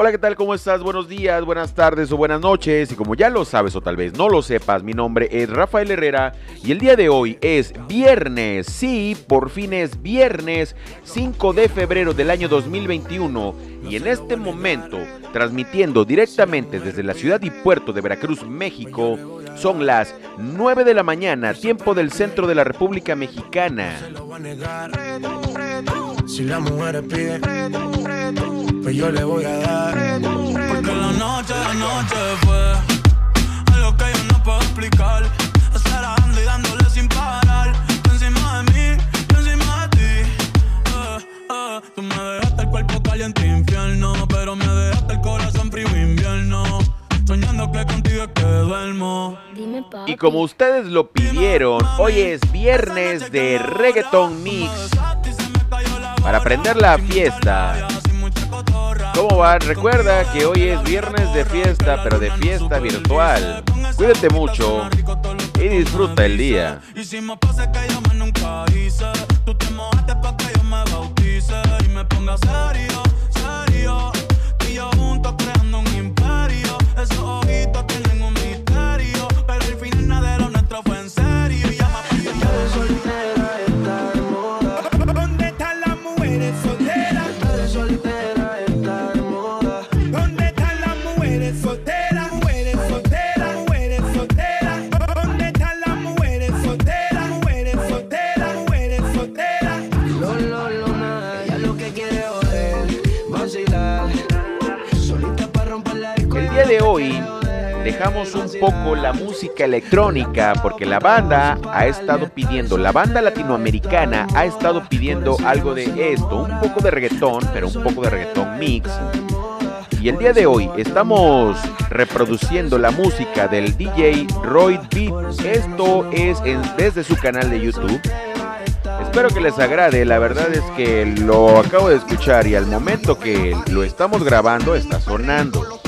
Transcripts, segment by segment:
Hola, ¿qué tal? ¿Cómo estás? Buenos días, buenas tardes o buenas noches. Y como ya lo sabes o tal vez no lo sepas, mi nombre es Rafael Herrera y el día de hoy es viernes, sí, por fin es viernes 5 de febrero del año 2021 y en este momento, transmitiendo directamente desde la ciudad y puerto de Veracruz, México, son las 9 de la mañana, tiempo del centro de la República Mexicana. va a negar. Si la mujer pide, pues yo le voy a dar. Porque la noche, la noche fue algo que yo no puedo explicar. Acelerando y dándole sin parar. Tú encima de mí, yo encima de ti. Eh, eh, Tú me dejaste el cuerpo caliente e infierno, pero me dejaste el corazón frío e invierno. Soñando que contigo es que duermo. Dime, papi. Y como ustedes lo pidieron, hoy es viernes de Reggaeton Mix. Para prender la fiesta. ¿Cómo van? Recuerda que hoy es viernes de fiesta, pero de fiesta virtual. Cuídate mucho y disfruta el día. Hicimos pases que yo más nunca hice. Tú te mojaste pa' que yo me bautice y me ponga serio, serio. Tú y yo juntos creando un imperio. Esos ojitos tienen un misterio, pero el final nada de lo nuestro fue en serio. Y ya me pidió soltera está de moda. ¿Dónde están las mujeres solteras? Estar soltera está de moda. ¿Dónde están las mujeres solteras? Mujeres solteras, mujeres solteras. ¿Dónde están las mujeres solteras? Mujeres solteras, mujeres solteras. Lo, lo, lo, nada. Ella lo que quiere es joder, vacilar. Solita para romper la disco. El día de hoy dejamos un poco la música electrónica porque la banda ha estado pidiendo, la banda latinoamericana ha estado pidiendo algo de esto, un poco de reggaetón, pero un poco de reggaetón mix. Y el día de hoy estamos reproduciendo la música del DJ Roy Beat. Esto es en- desde su canal de YouTube. Espero que les agrade, la verdad es que lo acabo de escuchar y al momento que lo estamos grabando está sonando.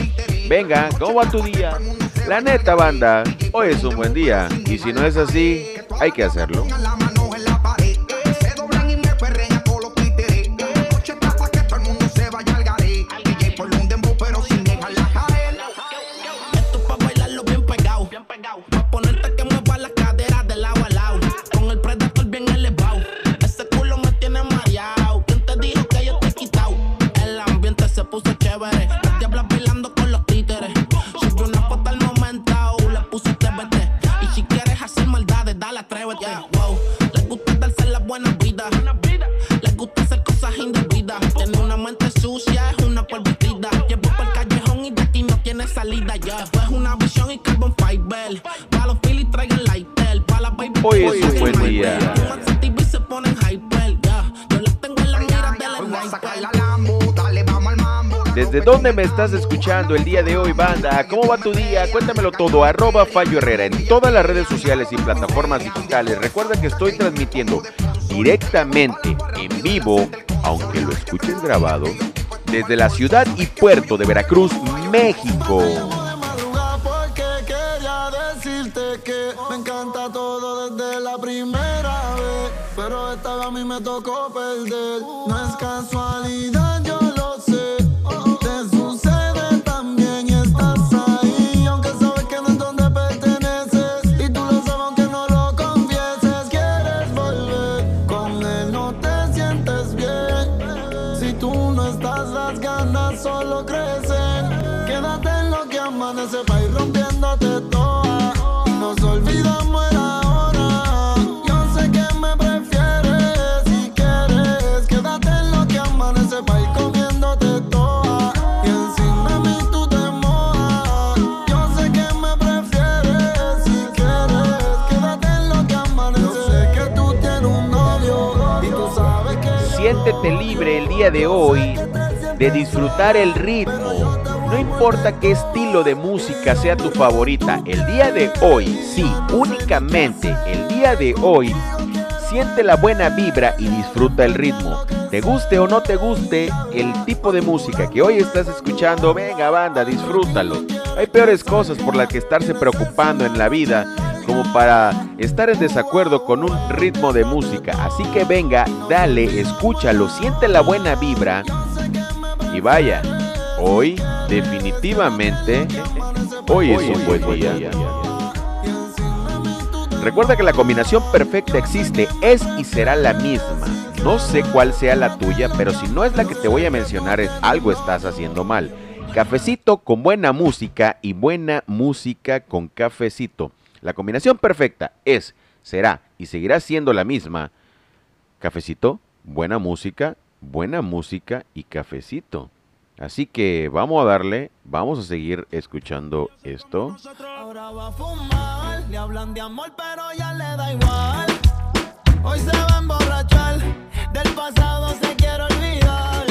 Venga, ¿cómo va tu día? La neta banda, hoy es un buen día y si no es así, hay que hacerlo. La mano en la pared, se doblan y me perrean con los títeres. La noche está pa' que todo el mundo se vaya al garé. DJ por un dembow, pero sin dejarla caer. Esto es pa' bailarlo bien pegado. Bien pegado. Pa' ponerte que mueva las caderas de lado a lado. Con el predator bien elevado. Ese culo me tiene mareado. ¿Quién te dijo que yo te he quitado? El ambiente se puso chévere. Las diablas bailando con los títeres. Subí una foto al momento. Le puse TBT. Y si quieres hacer maldades, dale, atrévete. Wow. Les gusta darse las buenas vidas. Les gusta hacer cosas indebidas. Tiene una mente sucia, es una pervertida. Llevo por el callejón y de aquí no tiene salida ya. Después una visión y carbon fiber. Pa' los Philly traigan lighter. Pa' las baby Hoy es boys un buen hacen día. hyper. Fuman sativa y se ponen hyper, ya. Yo las tengo en la mira Hoy del voy a sacar sniper. la Lambo, dale, vamos al mambo. ¿Desde dónde me estás escuchando el día de hoy, banda? ¿Cómo va tu día? Cuéntamelo todo, arroba Fallo Herrera en todas las redes sociales y plataformas digitales. Recuerda que estoy transmitiendo directamente, en vivo, aunque lo escuches grabado, desde la ciudad y puerto de Veracruz, México. de madrugada porque quería decirte que me encanta todo desde la primera vez. Pero esta vez a mí me tocó perder. No es casualidad, yo lo sé. Te sucede también y estás ahí. Aunque sabes que no es donde perteneces. Y tú lo sabes aunque no lo confieses. Quieres volver, con él no te sientes bien. Si tú no estás, las ganas solo crecen. Quédate en lo que amanece pa' ir rompiéndote toda. Y nos olvidamos el ahora. Yo sé que me prefieres si quieres. Quédate en lo que amanece pa' ir comiéndote toda. Y encima de mí tú te mojas. Yo sé que me prefieres si quieres. Quédate en lo que amanece. Yo sé que tú tienes un novio y tú sabes que Siéntete libre el día de hoy de disfrutar el ritmo. No importa qué estilo de música sea tu favorita, el día de hoy, sí, únicamente el día de hoy, siente la buena vibra y disfruta el ritmo. Te guste o no te guste el tipo de música que hoy estás escuchando, venga banda, disfrútalo. Hay peores cosas por las que estarse preocupando en la vida como para estar en desacuerdo con un ritmo de música. Así que venga, dale, escúchalo, siente la buena vibra y vaya, Hoy, definitivamente, hoy es un buen día. Recuerda que la combinación perfecta existe, es y será la misma. No sé cuál sea la tuya, pero si no es la que te voy a mencionar, es- algo estás haciendo mal. Cafecito con buena música y buena música con cafecito. La combinación perfecta es, será y seguirá siendo la misma. Cafecito, buena música, buena música y cafecito. Así que vamos a darle, vamos a seguir escuchando esto. Ahora va a fumar, le hablan de amor pero ya le da igual. Hoy se va a emborrachar, del pasado se quiere olvidar.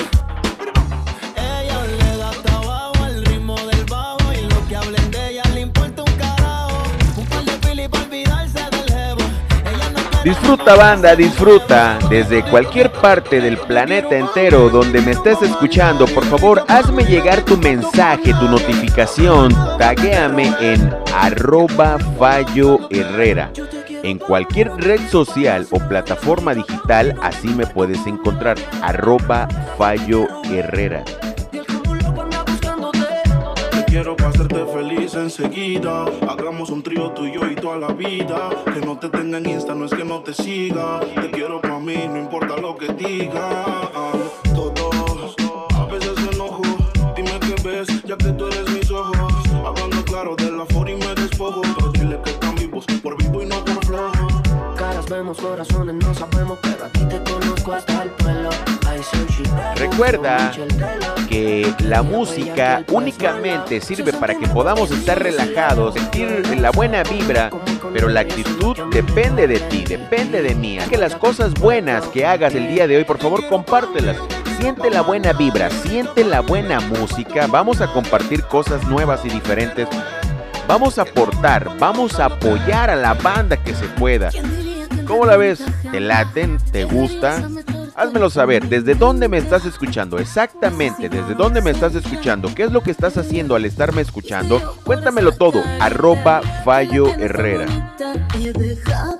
Ella le da hasta abajo el ritmo del bajo y lo que hablen de ella le importa un carajo. Un par de pili para olvidarse del jevo. Ella no espera Disfruta banda, disfruta desde cualquier parte del planeta entero donde me estés escuchando. Por favor, hazme llegar tu mensaje, tu notificación. Taguéame en arroba fallo herrera. En cualquier red social o plataforma digital, así me puedes encontrar. Arroba fallo herrera. Te quiero para hacerte feliz enseguida. Hagamos un trío tú y yo y toda la vida. Que no te tenga en Insta, no es que no te siga. Te quiero para mí, no importa lo que digan. Todos, a veces me enojo. Dime qué ves, ya que tú eres mis ojos. Hablando claro de la for y me despojo. Pero dile que están vivos, por vivo y no por flojo. Caras vemos, corazones no sabemos, pero a ti te conozco hasta el pueblo. Ay, sushi. Recuerda que la música únicamente sirve para que podamos estar relajados, sentir la buena vibra, pero la actitud depende de ti, depende de mí. Así que las cosas buenas que hagas el día de hoy, por favor, compártelas. Siente la buena vibra, siente la buena música. Vamos a compartir cosas nuevas y diferentes. Vamos a aportar, vamos a apoyar a la banda que se pueda. ¿Cómo la ves? ¿Te laten? ¿Te gusta? Házmelo saber, ¿desde dónde me estás escuchando? Exactamente, ¿desde dónde me estás escuchando? ¿Qué es lo que estás haciendo al estarme escuchando? Cuéntamelo todo, arroba Fallo Herrera. He dejado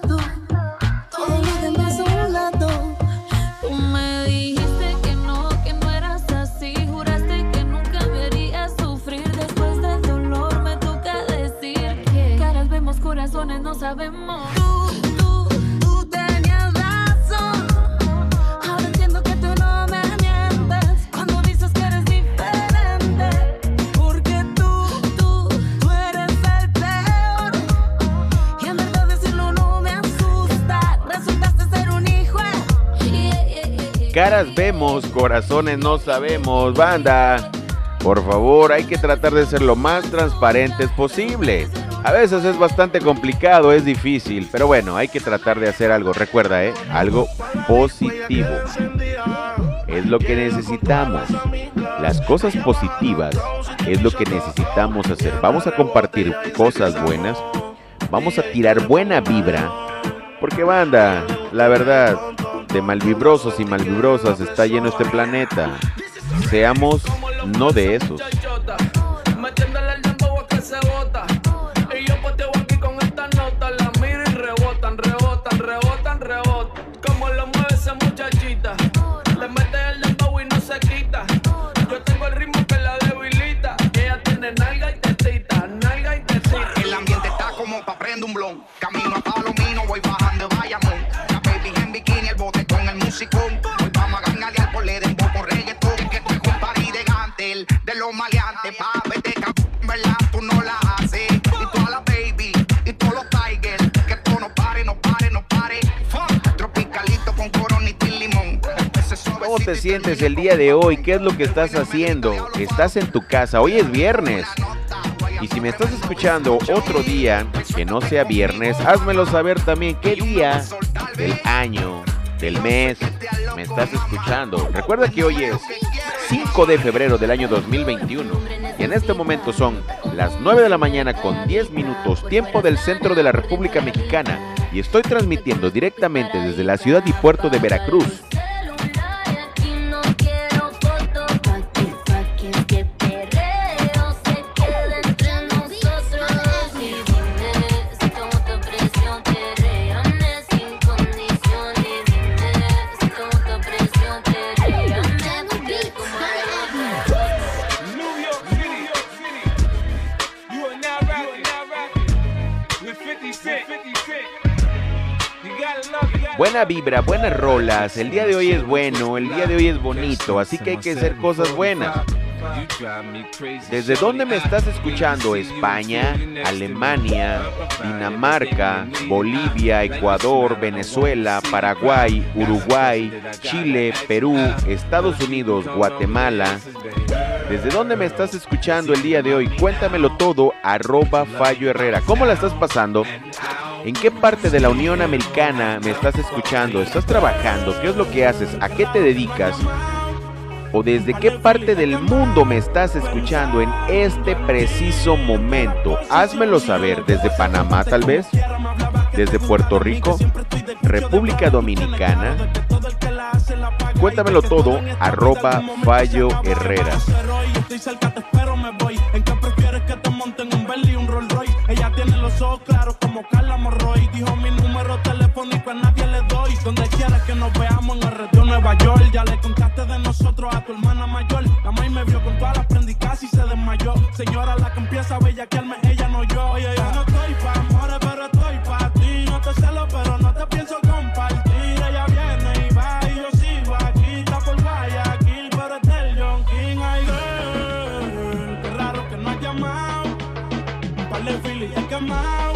todo lo demás a un lado. Tú me dijiste que no, que no eras así. Juraste que nunca me harías sufrir. Después del dolor me toca decir que caras vemos, corazones no sabemos. Tú, tú, tú tenías razón. Ahora entiendo que tú no me mientes cuando dices que eres diferente. Porque tú, tú, tú eres el peor. Y en verdad decirlo no me asusta. Resultaste ser un hijo. Caras vemos, corazones no sabemos, banda. Por favor, hay que tratar de ser lo más transparentes posible. A veces es bastante complicado, es difícil, pero bueno, hay que tratar de hacer algo. Recuerda, ¿eh? Algo positivo. Es lo que necesitamos. Las cosas positivas es lo que necesitamos hacer. Vamos a compartir cosas buenas. Vamos a tirar buena vibra. Porque banda, la verdad, de malvibrosos y malvibrosas está lleno este planeta. Seamos no de esos. Metiéndole el dembow a que se bota. Y yo pateo aquí con estas notas. La miro y rebotan, rebotan, rebotan, rebotan. Como lo mueve esa muchachita. Le mete el dembow y no se quita. Yo tengo el ritmo que la debilita. Ella tiene nalga y tetita, nalga y tetita. El ambiente está como pa' prender un blon. Camino a Palomino, voy bajando de Bayamón. La baby en bikini, el bote con el musicón. Hoy vamos a gangar por le den poco reggaetón. Que esto es un party de gantel, de los maleantes. Pa' vete, cabrón, ¿verdad? Tú no la haces. Y toda la baby, y todos los tigers. Que esto no pare, no pare, no pare. Fuck. Tropicalito con coronita y limón. Ese ¿Cómo te sientes el día de hoy? ¿Qué es lo que estás haciendo? Estás en tu casa, hoy es viernes. Y si me estás escuchando otro día que no sea viernes, házmelo saber también qué día del año, del mes me estás escuchando. Recuerda que hoy es 5 de febrero del año 2021 y en este momento son las 9 de la mañana con 10 minutos tiempo del centro de la República Mexicana y estoy transmitiendo directamente desde la ciudad y puerto de Veracruz. Y no quiero fotos pa' que, pa' que este perreo se quede entre nosotros. Y dime si con tu presión te reames sin condición. Y dime si con tu presión te reames. Porque como lo hago, Buena vibra, buenas rolas. El día de hoy es bueno, el día de hoy es bonito, así que hay que hacer cosas buenas. ¿Desde dónde me estás escuchando? España, Alemania, Dinamarca, Bolivia, Ecuador, Venezuela, Paraguay, Uruguay, Chile, Perú, Estados Unidos, Guatemala. ¿Desde dónde me estás escuchando el día de hoy? Cuéntamelo todo, arroba Fallo Herrera. ¿Cómo la estás pasando? ¿En qué parte de la Unión Americana me estás escuchando? ¿Estás trabajando? ¿Qué es lo que haces? ¿A qué te dedicas? o desde qué parte del mundo me estás escuchando en este preciso momento. Házmelo saber desde Panamá tal vez, desde Puerto Rico, República Dominicana. Cuéntamelo todo, arroba Fallo Herrera. Yo estoy cerca, te espero, me voy. ¿En qué prefieres que te monten un Bentley y un Rolls Royce? Ella tiene los ojos claros como Carla Morroy. Dijo mi número telefónico a nadie le doy. Donde quieras que nos veamos en el retiro Nueva York. Ya le contaste de nosotros a tu hermana mayor. La maíz me vio con todas las prendas y casi se desmayó. Señora, la que empieza a bellaquearme, ella no yo. Oye, yo no estoy pa' amores, pero estoy pa' ti. No te celo, pero no te pienso compartir. Ella viene y va y yo sigo aquí. Está por Guayaquil, pero es del John King. Ay, girl, qué raro que no has llamado. Un par de filis he quemado.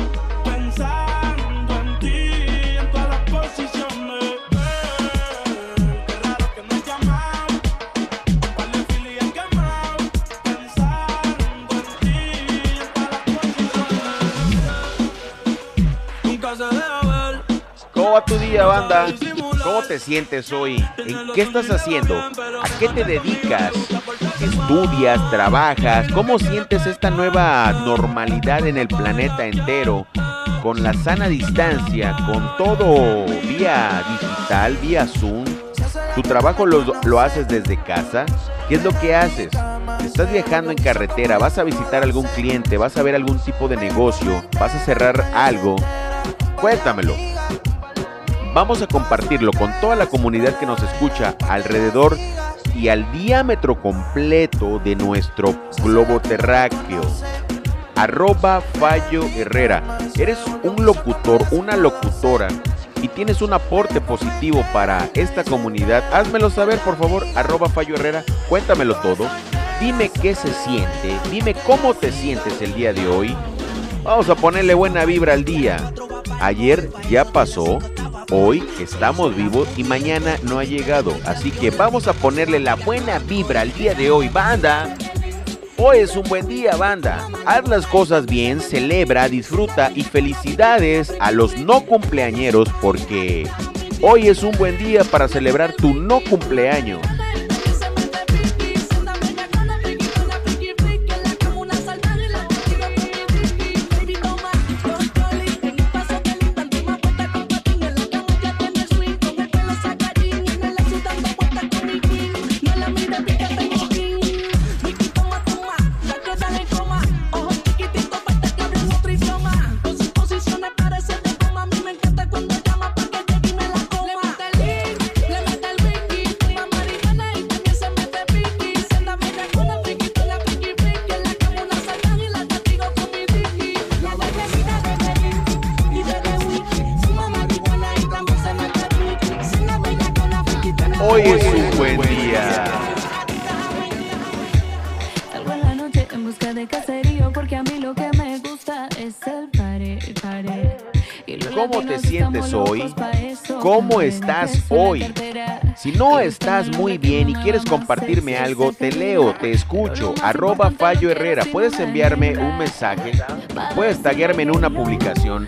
Pensando en ti, en todas las posiciones. Girl, qué raro que no has llamado. Un par de filis he quemado. Pensando en ti, en todas las posiciones. Nunca se deja ver. ¿Cómo va tu día, banda? ¿Cómo te sientes hoy? ¿En qué estás haciendo? ¿A qué te dedicas? ¿Estudias? ¿Trabajas? ¿Cómo sientes esta nueva normalidad en el planeta entero? Con la sana distancia, con todo vía digital, vía Zoom. ¿Tu trabajo lo, lo haces desde casa? ¿Qué es lo que haces? ¿Estás viajando en carretera? ¿Vas a visitar algún cliente? ¿Vas a ver algún tipo de negocio? ¿Vas a cerrar algo? Cuéntamelo vamos a compartirlo con toda la comunidad que nos escucha alrededor y al diámetro completo de nuestro globo terráqueo. Arroba Fallo Herrera. Eres un locutor, una locutora y tienes un aporte positivo para esta comunidad. Házmelo saber, por favor. Arroba Fallo Herrera. Cuéntamelo todo. Dime qué se siente. Dime cómo te sientes el día de hoy. Vamos a ponerle buena vibra al día. Ayer ya pasó, hoy estamos vivos y mañana no ha llegado. Así que vamos a ponerle la buena vibra al día de hoy, banda. Hoy es un buen día, banda. Haz las cosas bien, celebra, disfruta y felicidades a los no cumpleañeros porque hoy es un buen día para celebrar tu no cumpleaños. Hoy es un buen día. Salgo en la noche en busca de caserío porque a mí lo que me gusta es el paré, paré. Y los ¿Cómo te latinos sientes estamos hoy? locos pa' eso. ¿Cómo Ven, estás ofrece una hoy? cartera. Si no estás muy bien y quieres compartirme algo, te leo, te escucho. Arroba Fallo Herrera. Puedes enviarme un mensaje, puedes taguearme en una publicación.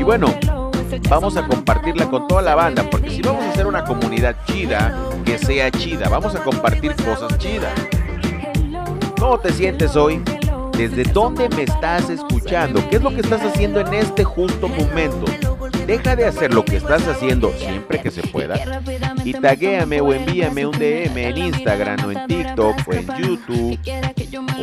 Y bueno, vamos a compartirla con toda la banda, porque si vamos a hacer una comunidad chida, que sea chida. Vamos a compartir cosas chidas. ¿Cómo te sientes hoy? ¿Desde dónde me estás escuchando? ¿Qué es lo que estás haciendo en este justo momento? Deja de hacer lo que estás haciendo siempre que se pueda. Y taguéame o envíame un DM en Instagram o en TikTok o en YouTube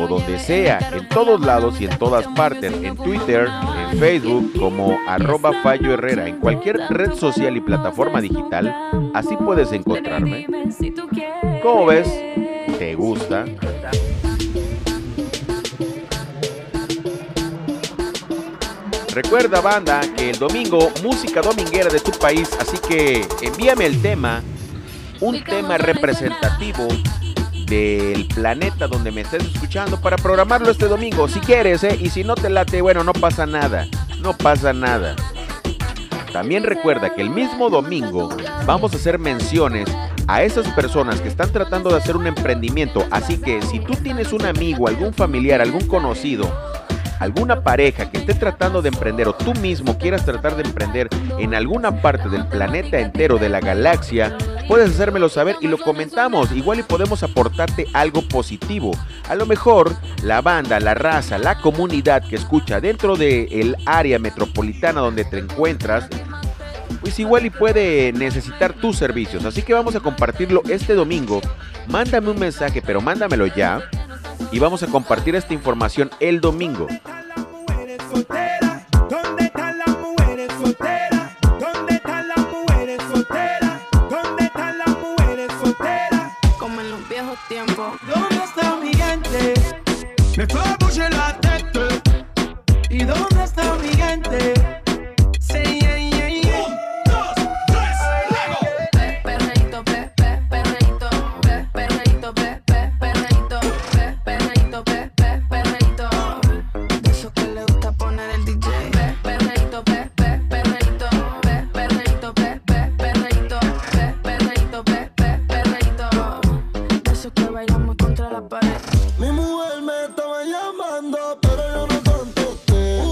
o donde sea, en todos lados y en todas partes, en Twitter, en Facebook como arroba Fallo Herrera, en cualquier red social y plataforma digital, así puedes encontrarme. ¿Cómo ves? ¿Te gusta? Recuerda, banda, que el domingo, música dominguera de tu país, así que envíame el tema, un tema representativo del planeta donde me estés escuchando para programarlo este domingo, si quieres, ¿eh? Y si no te late, bueno, no pasa nada, no pasa nada. También recuerda que el mismo domingo vamos a hacer menciones a esas personas que están tratando de hacer un emprendimiento. Así que si tú tienes un amigo, algún familiar, algún conocido, alguna pareja que esté tratando de emprender o tú mismo quieras tratar de emprender en alguna parte del planeta entero, de la galaxia, puedes hacérmelo saber y lo comentamos. Igual y podemos aportarte algo positivo. A lo mejor la banda, la raza, la comunidad que escucha dentro del área metropolitana donde te encuentras, pues igual y puede necesitar tus servicios. Así que vamos a compartirlo este domingo. Mándame un mensaje, pero mándamelo ya. Y vamos a compartir esta información el domingo. ¿Dónde están las mujeres solteras? ¿Dónde están las mujeres solteras? ¿Dónde están las mujeres solteras? Como en los viejos tiempos. ¿Dónde está mi gente? Me fue a buscar la teta. ¿Y dónde está mi gente? Sí, yeah, yeah, yeah. Perreito, pe, pe, perreito, pe, perreito, pe, pe, perreito, pe, perreito, pe, pe, perreito. De esos que le gusta poner el DJ. Pe, perreito, pe, pe, perreito, pe, perreito, pe, pe, perreito, pe, perreito, pe, pe, perreito. De esos que bailamos contra la pared. Mi mujer me estaba llamando, pero yo no contesté.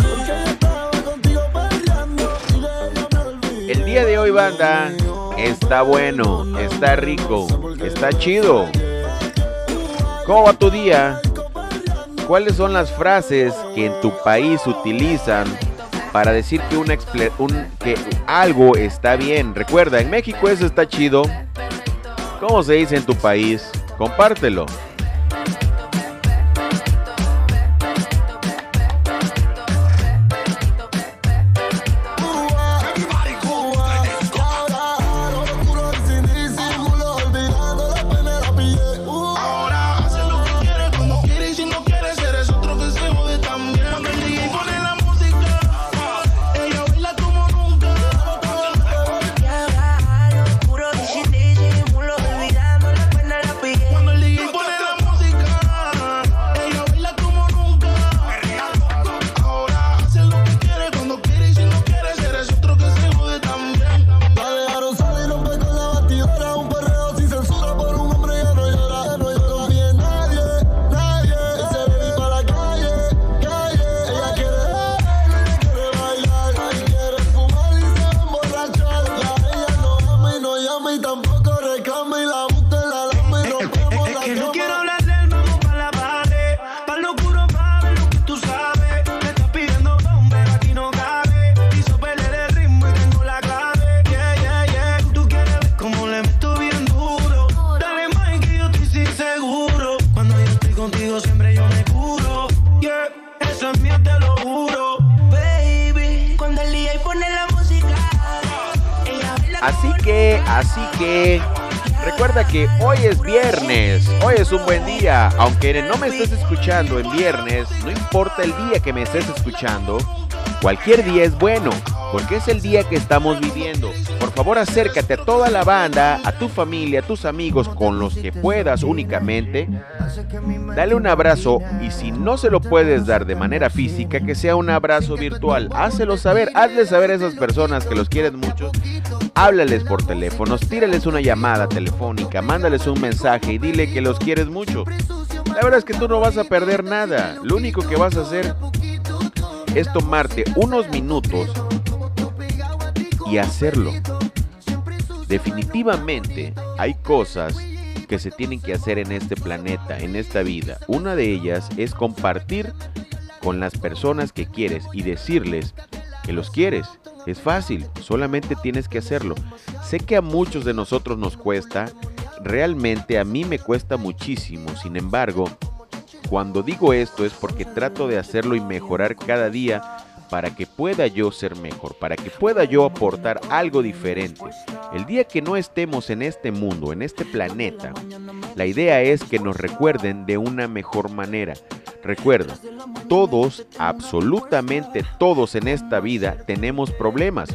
Porque yo estaba contigo perreando y de ella me olvidé. El día de hoy, banda, está bueno, está rico, está chido. ¿Cómo va tu día? ¿Cuáles son las frases que en tu país utilizan para decir que, una exple- un- que algo está bien? Recuerda, en México eso está chido. ¿Cómo se dice en tu país? Compártelo. Ahora lo oscuro sin disimulo, olvidando la pena la pillé. Ahora haces lo que quieres, cuando quieres y si no quieres eres otro que se jode también. Cuando el DJ pone la música, ella baila como nunca. Cuando el DJ pone la música, ella baila como nunca. Ahora haces lo que quieres, cuando quieres y si no quieres eres otro que se jode también. La dejaron sola y rompe con la batidora. Un perreo sin censura por un hombre ya no llora. Ya no llora bien nadie, nadie. Ese baby para la calle, calle. Ella quiere beber, ella quiere bailar. Ella quiere fumar y se emborrachar. La ella no ama y no llama y tampoco reclama. Y la busca en la lama y rompemos la Que no cama. quiero hablar del mambo pa' la pared. Pa' lo oscuro, pa' ver lo que tú sabes. Me estás pidiendo bomba, pero aquí no cabe. Quiso perder el ritmo y tengo la clave. Yeah, yeah, yeah. Tú quieres ver cómo le meto bien duro. Dale más que yo estoy sin seguro. Cuando yo estoy contigo siempre yo me curo. Yeah, eso es mío, te lo juro. Baby, cuando el DJ pone la música, ella baila Así que, así que, recuerda que hoy es viernes, hoy es un buen día, aunque no me estés escuchando en viernes, no importa el día que me estés escuchando, cualquier día es bueno, porque es el día que estamos viviendo. Por favor, acércate a toda la banda, a tu familia, a tus amigos, con los que puedas únicamente. Dale un abrazo y si no se lo puedes dar de manera física, que sea un abrazo virtual. Hácelo saber, hazle saber a esas personas que los quieren mucho. Háblales por teléfono, tírales una llamada telefónica, mándales un mensaje y dile que los quieres mucho. La verdad es que tú no vas a perder nada. Lo único que vas a hacer es tomarte unos minutos y hacerlo. Definitivamente hay cosas que se tienen que hacer en este planeta, en esta vida. Una de ellas es compartir con las personas que quieres y decirles que los quieres. Es fácil, solamente tienes que hacerlo. Sé que a muchos de nosotros nos cuesta, realmente a mí me cuesta muchísimo, sin embargo, cuando digo esto es porque trato de hacerlo y mejorar cada día para que pueda yo ser mejor, para que pueda yo aportar algo diferente. El día que no estemos en este mundo, en este planeta, la idea es que nos recuerden de una mejor manera. Recuerda, todos, absolutamente todos en esta vida tenemos problemas,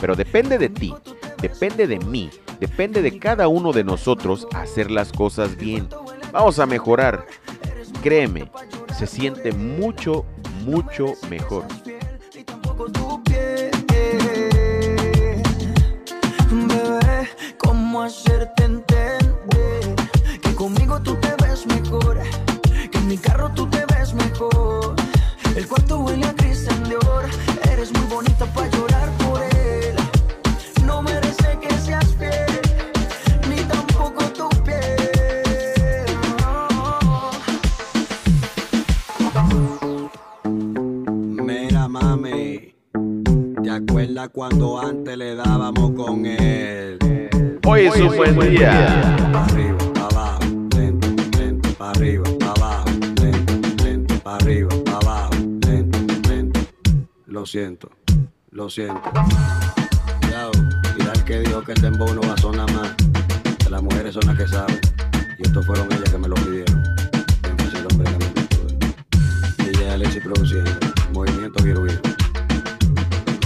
pero depende de ti, depende de mí, depende de cada uno de nosotros hacer las cosas bien. Vamos a mejorar. Créeme, se siente mucho, mucho mejor. Bebé, ¿cómo hacerte entender? Que conmigo tú te ves mejor, que en mi carro tú te ves mejor. El cuarto huele a cristal de oro, eres muy bonita para llorar por él. No merece que seas fiel, ni tampoco tu piel. No. Mira, mami, ¿te acuerdas cuando antes le dábamos con él? Hoy es un buen día. Pa' arriba, pa' abajo, lento, lento, pa' arriba, pa' abajo, lento, lento, pa' arriba, pa' abajo, lento, lento. Lo siento, lo siento. Cuidado, mira el que dijo que el dembow no va a sonar más. Que las mujeres son las que saben. Y estos fueron ellas que me lo pidieron. Entonces el hombre que me lo pide. DJ Alexis produciendo. Movimiento quiero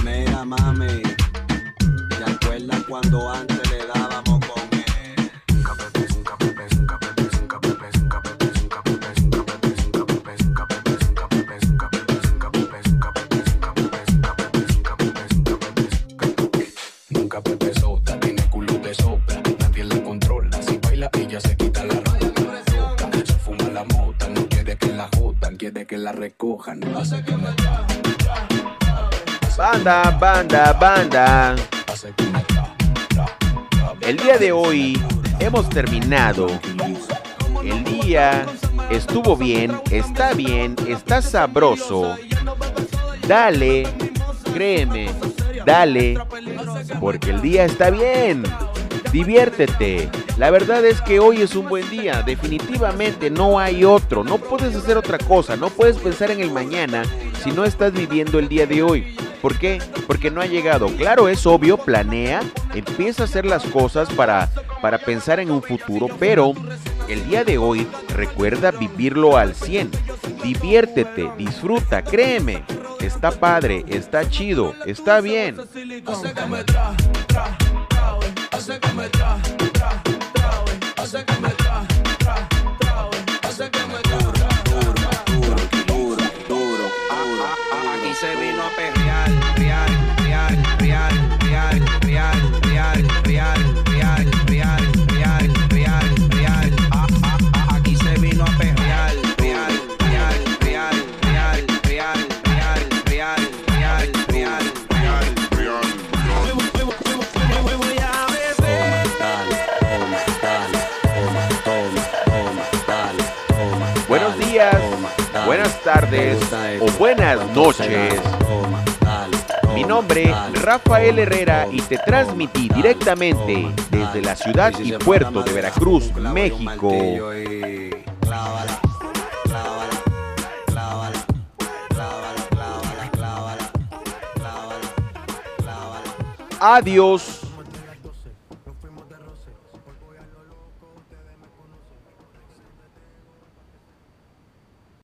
Mira, mami, ¿te acuerdas cuando antes le dábamos con él? Nunca pepe sota, pues tiene culo de sopra, nadie la controla. Si baila, ella se quita la ropa. Loca, Se fuma la mota, no quiere que la jodan, quiere que la recojan. Hace que me tra, tra, Banda, banda, banda. El día de hoy hemos terminado. El día estuvo bien, está bien, está sabroso. Dale, créeme, dale, porque el día está bien. Diviértete. La verdad es que hoy es un buen día. Definitivamente no hay otro. No puedes hacer otra cosa. No puedes pensar en el mañana si no estás viviendo el día de hoy. ¿Por qué? Porque no ha llegado. Claro, es obvio, planea, empieza a hacer las cosas para, para pensar en un futuro, pero el día de hoy recuerda vivirlo al 100. Diviértete, disfruta, créeme. Está padre, está chido, está bien. Hace que me tra, tra, trabe, hace que me tra, tra, trabe, hace que me tra, tra, trabe, hace que me tra, tra, duro. Ah, ah, ah, Aquí se vino a perrear, real, real, real, real, real, real, real, real, real, real, real, real. Ah, ah, ah, Aquí se vino a perrear, real, real, real, real, real, real, real, real, real, real, real. Me voy a beber. Buenos días, buenas tardes o buenas noches. Mi nombre Rafael Herrera y te transmití directamente desde la ciudad y puerto de Veracruz, México. Adiós.